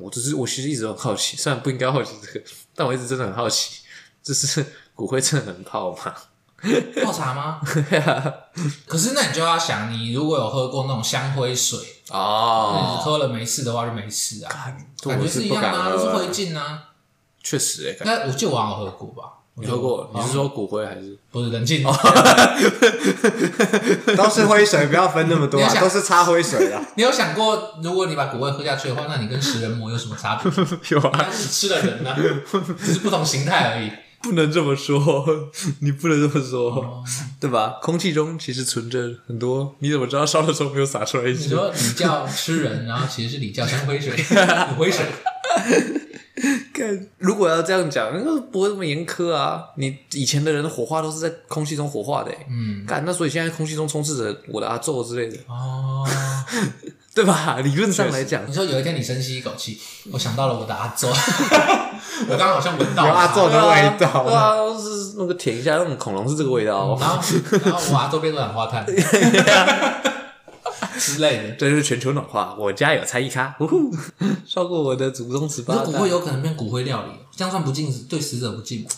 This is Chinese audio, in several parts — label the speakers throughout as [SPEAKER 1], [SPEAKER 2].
[SPEAKER 1] 我只是我其实一直都很好奇，虽然不应该好奇这个，但我一直真的很好奇，就是 骨灰真的能泡吗？
[SPEAKER 2] 泡茶 吗？
[SPEAKER 3] 啊
[SPEAKER 2] 可是那你就要想，你如果有喝过那种香灰水，
[SPEAKER 1] 哦，
[SPEAKER 2] 喝了没事的话就没事啊，
[SPEAKER 1] 这
[SPEAKER 2] 感
[SPEAKER 1] 我
[SPEAKER 2] 觉是一
[SPEAKER 1] 不
[SPEAKER 2] 样的
[SPEAKER 1] 敢
[SPEAKER 2] 啊，
[SPEAKER 1] 喝
[SPEAKER 2] 都是灰烬啊。
[SPEAKER 1] 确实哎、感
[SPEAKER 2] 但我记得我好像有喝过吧？我
[SPEAKER 1] 你喝过？你是
[SPEAKER 2] 哦
[SPEAKER 1] 说骨灰还是？
[SPEAKER 2] 不是人进？
[SPEAKER 3] 哦 都是灰水，不要分那么 多
[SPEAKER 2] 你
[SPEAKER 3] 啊，
[SPEAKER 2] 想
[SPEAKER 3] 都是擦灰水啊。
[SPEAKER 2] 你有想过，如果你把骨灰喝下去的话，那你跟食人魔有什么差 别？
[SPEAKER 1] 有啊，
[SPEAKER 2] 他只吃了人呢、只是不同形态而已。
[SPEAKER 1] 不能这么说，你不能这么说， 对吧？空气中其实存着很多，你怎么知道烧的时候没有洒出来一
[SPEAKER 2] 你
[SPEAKER 1] 些？
[SPEAKER 2] 说你叫吃人，然后其实是你叫香灰 水、骨灰水。
[SPEAKER 1] 干如果要这样讲，那个不会这么严苛啊。你以前的人火化都是在空气中火化的、欸，
[SPEAKER 2] 嗯，
[SPEAKER 1] 干那所以现在空气中充斥着我的阿昼之类的，
[SPEAKER 2] 哦，
[SPEAKER 1] 对吧？ 理论上来讲，
[SPEAKER 2] 你说有一天你深吸一口气，我想到了我的阿周， 我刚刚好像闻到
[SPEAKER 3] 有
[SPEAKER 2] 了
[SPEAKER 3] 阿昼
[SPEAKER 1] 对啊
[SPEAKER 3] 的 味道
[SPEAKER 1] 对啊，都是那个舔一下那种恐龙是这个味道、
[SPEAKER 2] 然后然后我阿周变二氧化 碳之类的。
[SPEAKER 1] 这就是全球暖化，我家有才艺咖，呼呼， 超过我的祖宗十
[SPEAKER 2] 可
[SPEAKER 1] 八代。
[SPEAKER 2] 是骨灰有可能变骨灰料理，哦这样算不敬，对死者不敬吗？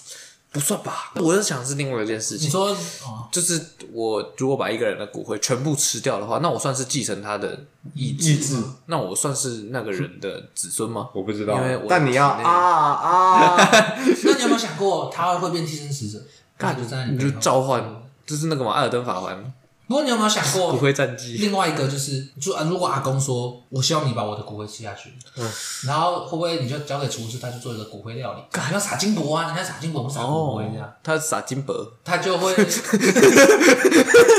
[SPEAKER 1] 不算吧？我在想是另外一件事
[SPEAKER 2] 你
[SPEAKER 1] 情，
[SPEAKER 2] 说哦，
[SPEAKER 1] 就是我如果把一个人的骨灰全部吃掉的话，那我算是继承他的意志，
[SPEAKER 3] 意志
[SPEAKER 1] 那我算是那个人的子孙吗？
[SPEAKER 3] 我不知道
[SPEAKER 1] 因为我
[SPEAKER 3] 但你要
[SPEAKER 1] 体
[SPEAKER 3] 啊
[SPEAKER 1] 内
[SPEAKER 3] 啊，
[SPEAKER 2] 那你有没有想过他会变替身死者？
[SPEAKER 1] 干
[SPEAKER 2] 就在
[SPEAKER 1] 你就召唤，就是那个嘛，艾尔登法环
[SPEAKER 2] 不过你有没有想过
[SPEAKER 1] 骨灰战记，
[SPEAKER 2] 另外一个就是，就呃如果阿公说，我希望你把我的骨灰吃下去，嗯，然后会不会你就交给厨师，他去做一个骨灰料理？你要撒金箔啊，人家撒金箔，我们撒
[SPEAKER 1] 哦嗯
[SPEAKER 2] 骨灰这样，，
[SPEAKER 1] 他撒金箔，
[SPEAKER 2] 他就会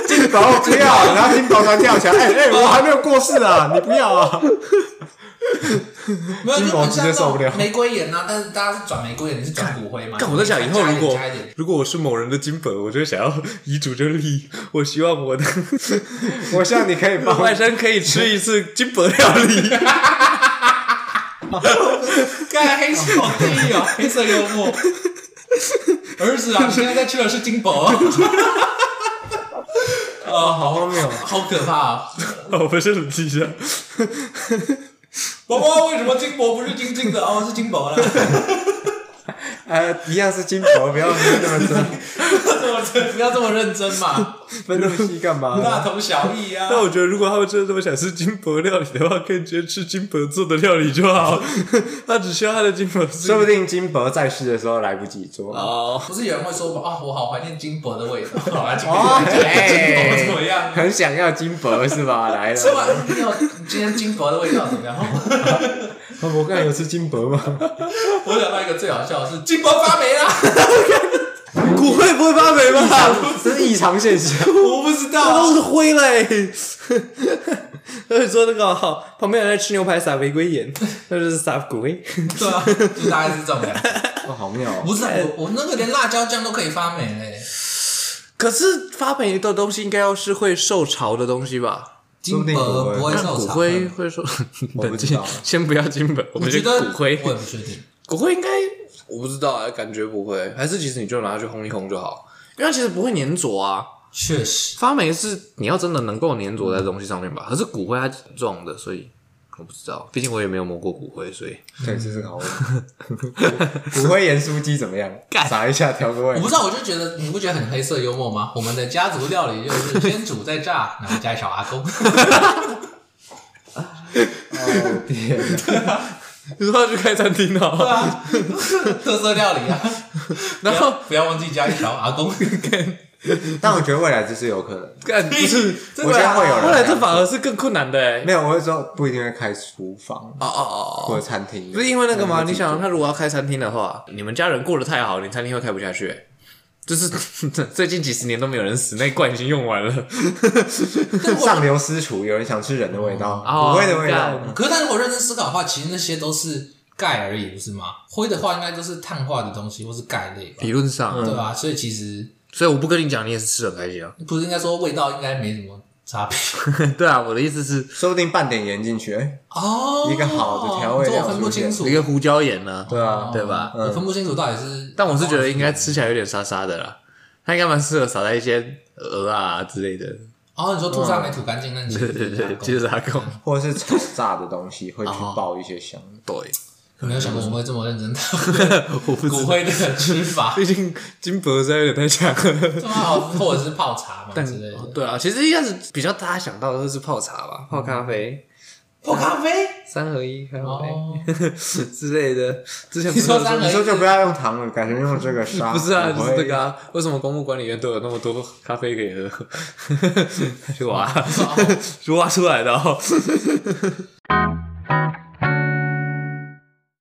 [SPEAKER 3] 金宝不要，然后金宝突然跳起来，哎哎，我还没有过世啊，你不要啊！
[SPEAKER 2] 没有
[SPEAKER 3] 金
[SPEAKER 2] 就
[SPEAKER 3] 箔
[SPEAKER 2] 很像
[SPEAKER 3] 直接受不了
[SPEAKER 2] 那种玫瑰盐啊，但是大家是转玫瑰盐，你是转骨灰嘛？
[SPEAKER 1] 但我在想，以后
[SPEAKER 2] 加一
[SPEAKER 1] 如
[SPEAKER 2] 点
[SPEAKER 1] 果
[SPEAKER 2] 加一点，
[SPEAKER 1] 如果我是某人的金箔，我就想要遗嘱争立， 我希望我的
[SPEAKER 3] 我希望你可以 帮我
[SPEAKER 1] 外甥可以吃一次 金箔料理。啊
[SPEAKER 2] 干黑手地狱啊，黑色幽默。儿子啊，你现在在吃的是金箔。啊，
[SPEAKER 1] 哦
[SPEAKER 2] 好
[SPEAKER 3] 荒谬啊。
[SPEAKER 2] 好可怕啊！
[SPEAKER 1] 我不是冷静一下，
[SPEAKER 2] 宝宝，为什么金箔不是金金的？哦，是金箔啦。
[SPEAKER 3] 呃，一样是金箔，不要分那么真，
[SPEAKER 2] 不 要这么认真嘛，
[SPEAKER 3] 分那么细干
[SPEAKER 2] 大
[SPEAKER 3] 嘛？
[SPEAKER 2] 同小异啊。
[SPEAKER 1] 但我觉得如果他们真的这么想吃金箔料理的话，可以直接吃金箔做的料理就好。 他只需要他的金箔是
[SPEAKER 3] 说不定金箔在世的时候来不及做。
[SPEAKER 1] 哦，
[SPEAKER 2] 不是有人会说吗？啊，我好怀念金箔的味 道。好啦，金箔
[SPEAKER 3] 哦，
[SPEAKER 2] 金箔怎么样？
[SPEAKER 3] 很想要金箔 是吧？来
[SPEAKER 2] 吃
[SPEAKER 3] 了，
[SPEAKER 2] 完你有今天金箔的味道怎么样？
[SPEAKER 3] 哦我刚才有吃金箔吗？
[SPEAKER 2] 我想到一个最好笑的是金箔发霉啊啦，
[SPEAKER 1] 骨灰不会发霉吧？
[SPEAKER 3] 这是异常现 象。
[SPEAKER 2] 我不知
[SPEAKER 1] 它
[SPEAKER 2] 道。
[SPEAKER 1] 都是灰了、欸。 而且说那个好，旁边人在吃牛排撒玫瑰盐，那就是撒骨灰。
[SPEAKER 2] 对啊，就大概是这种感觉。
[SPEAKER 3] 哇，好妙哦！
[SPEAKER 2] 不是啊我，我那个连辣椒酱都可以发霉嘞、
[SPEAKER 1] 可是发霉的东西应该要是会受潮的东西吧？
[SPEAKER 2] 金箔不会
[SPEAKER 1] 但
[SPEAKER 2] 受
[SPEAKER 1] 骨
[SPEAKER 2] 潮。
[SPEAKER 1] 灰会受，
[SPEAKER 3] 我 不知道
[SPEAKER 1] 先不要金箔，我
[SPEAKER 2] 我
[SPEAKER 1] 们
[SPEAKER 2] 觉
[SPEAKER 1] 先
[SPEAKER 2] 得
[SPEAKER 1] 骨灰。
[SPEAKER 2] 我也不确定。
[SPEAKER 1] 骨灰应该我不知道哎、感觉不会，还是其实你就拿去烘一烘就好，因为它其实不会粘着啊。
[SPEAKER 2] 确实，
[SPEAKER 1] 发霉是你要真的能够粘着在东西上面吧，可是骨灰它挺重的，所以我不知道，毕竟我也没有摸过骨灰，所以
[SPEAKER 3] 对，
[SPEAKER 1] 嗯
[SPEAKER 3] 这是个好问题。骨灰盐酥鸡怎么样？撒一下调个
[SPEAKER 2] 我
[SPEAKER 3] 味
[SPEAKER 2] 不。知道，我就觉得你不觉得很黑色幽默吗？我们的家族料理就是先煮再炸，然后加一勺阿公。
[SPEAKER 3] 哦天 哪！
[SPEAKER 1] 你说要去开餐厅
[SPEAKER 2] 对
[SPEAKER 1] 哦，
[SPEAKER 2] 啊， 特色料理啊。
[SPEAKER 1] 然
[SPEAKER 2] 不要
[SPEAKER 1] 后
[SPEAKER 2] 不要忘记加一条阿公。
[SPEAKER 3] 但我觉得未来这是有可能。
[SPEAKER 1] 干不是，
[SPEAKER 2] 真
[SPEAKER 3] 我
[SPEAKER 2] 的
[SPEAKER 3] 觉得
[SPEAKER 2] 啊
[SPEAKER 3] 会有人。
[SPEAKER 1] 后来这反而是更困难的哎、
[SPEAKER 3] 没有，我是说不一定会开厨房
[SPEAKER 1] 哦哦哦，
[SPEAKER 3] 或者餐厅。
[SPEAKER 1] 不是因为那个吗？
[SPEAKER 3] 嗯
[SPEAKER 1] 你想，他如果要开餐厅的话，你们家人过得太好，你餐厅会开不下去、欸。就是最近几十年都没有人死，那一罐已经用完了。
[SPEAKER 3] 上流私厨，有人想吃人的味道，
[SPEAKER 1] 哦
[SPEAKER 3] 骨灰的味道
[SPEAKER 1] 干。
[SPEAKER 2] 可是，但如果认真思考的话，其实那些都是钙而已，不是吗？灰的话，应该都是碳化的东西，或是钙类吧，
[SPEAKER 1] 理论上，
[SPEAKER 2] 对吧？所以其实
[SPEAKER 1] 所以我不跟你讲，你也是吃得很开心 啊。
[SPEAKER 2] 不是应该说味道应该没什么差别
[SPEAKER 1] 对啊，我的意思是
[SPEAKER 3] 说不定半点盐进去，哎
[SPEAKER 2] 哦。
[SPEAKER 3] 一个好的调味
[SPEAKER 2] 这
[SPEAKER 3] 料
[SPEAKER 2] 我分不清楚哦
[SPEAKER 1] 一，个胡椒盐呢、
[SPEAKER 3] 对啊，
[SPEAKER 1] 对吧？嗯
[SPEAKER 2] 我分不清楚到底是。
[SPEAKER 1] 但我是觉得应该吃起来有点沙沙的啦，它应该蛮适合撒在一些鹅啊之类的，
[SPEAKER 2] 哦，你说吐沙没吐干净，那 你
[SPEAKER 1] 对对对，其实是阿公。
[SPEAKER 3] 或者是炒炸的东西会去
[SPEAKER 1] 哦
[SPEAKER 3] 爆一些香。
[SPEAKER 1] 对，
[SPEAKER 2] 没有想过我们会这么 认真讨
[SPEAKER 1] 我不知
[SPEAKER 2] 论 骨
[SPEAKER 1] 道，
[SPEAKER 2] 灰的吃法，
[SPEAKER 1] 毕竟金箔实在有点太强了。
[SPEAKER 2] 对啊，或者是泡茶嘛
[SPEAKER 1] 但
[SPEAKER 2] 之类的。
[SPEAKER 1] 对啊，其实一开始比较大家想到的是泡茶吧，泡咖啡，
[SPEAKER 2] 泡咖啡
[SPEAKER 1] 三合一咖啡
[SPEAKER 2] 哦，
[SPEAKER 1] 之类的。之前不
[SPEAKER 2] 你
[SPEAKER 1] 是
[SPEAKER 2] 说
[SPEAKER 1] 有
[SPEAKER 2] 三
[SPEAKER 1] 说
[SPEAKER 2] 合
[SPEAKER 3] 你
[SPEAKER 2] 一
[SPEAKER 3] 说就不要用糖了，改成用这个沙。
[SPEAKER 1] 不是啊，
[SPEAKER 3] 我
[SPEAKER 1] 就
[SPEAKER 3] 会
[SPEAKER 1] 是这个啊。为什么公务管理员都有那么多咖啡 可以喝？是我啊，是挖出来的哦。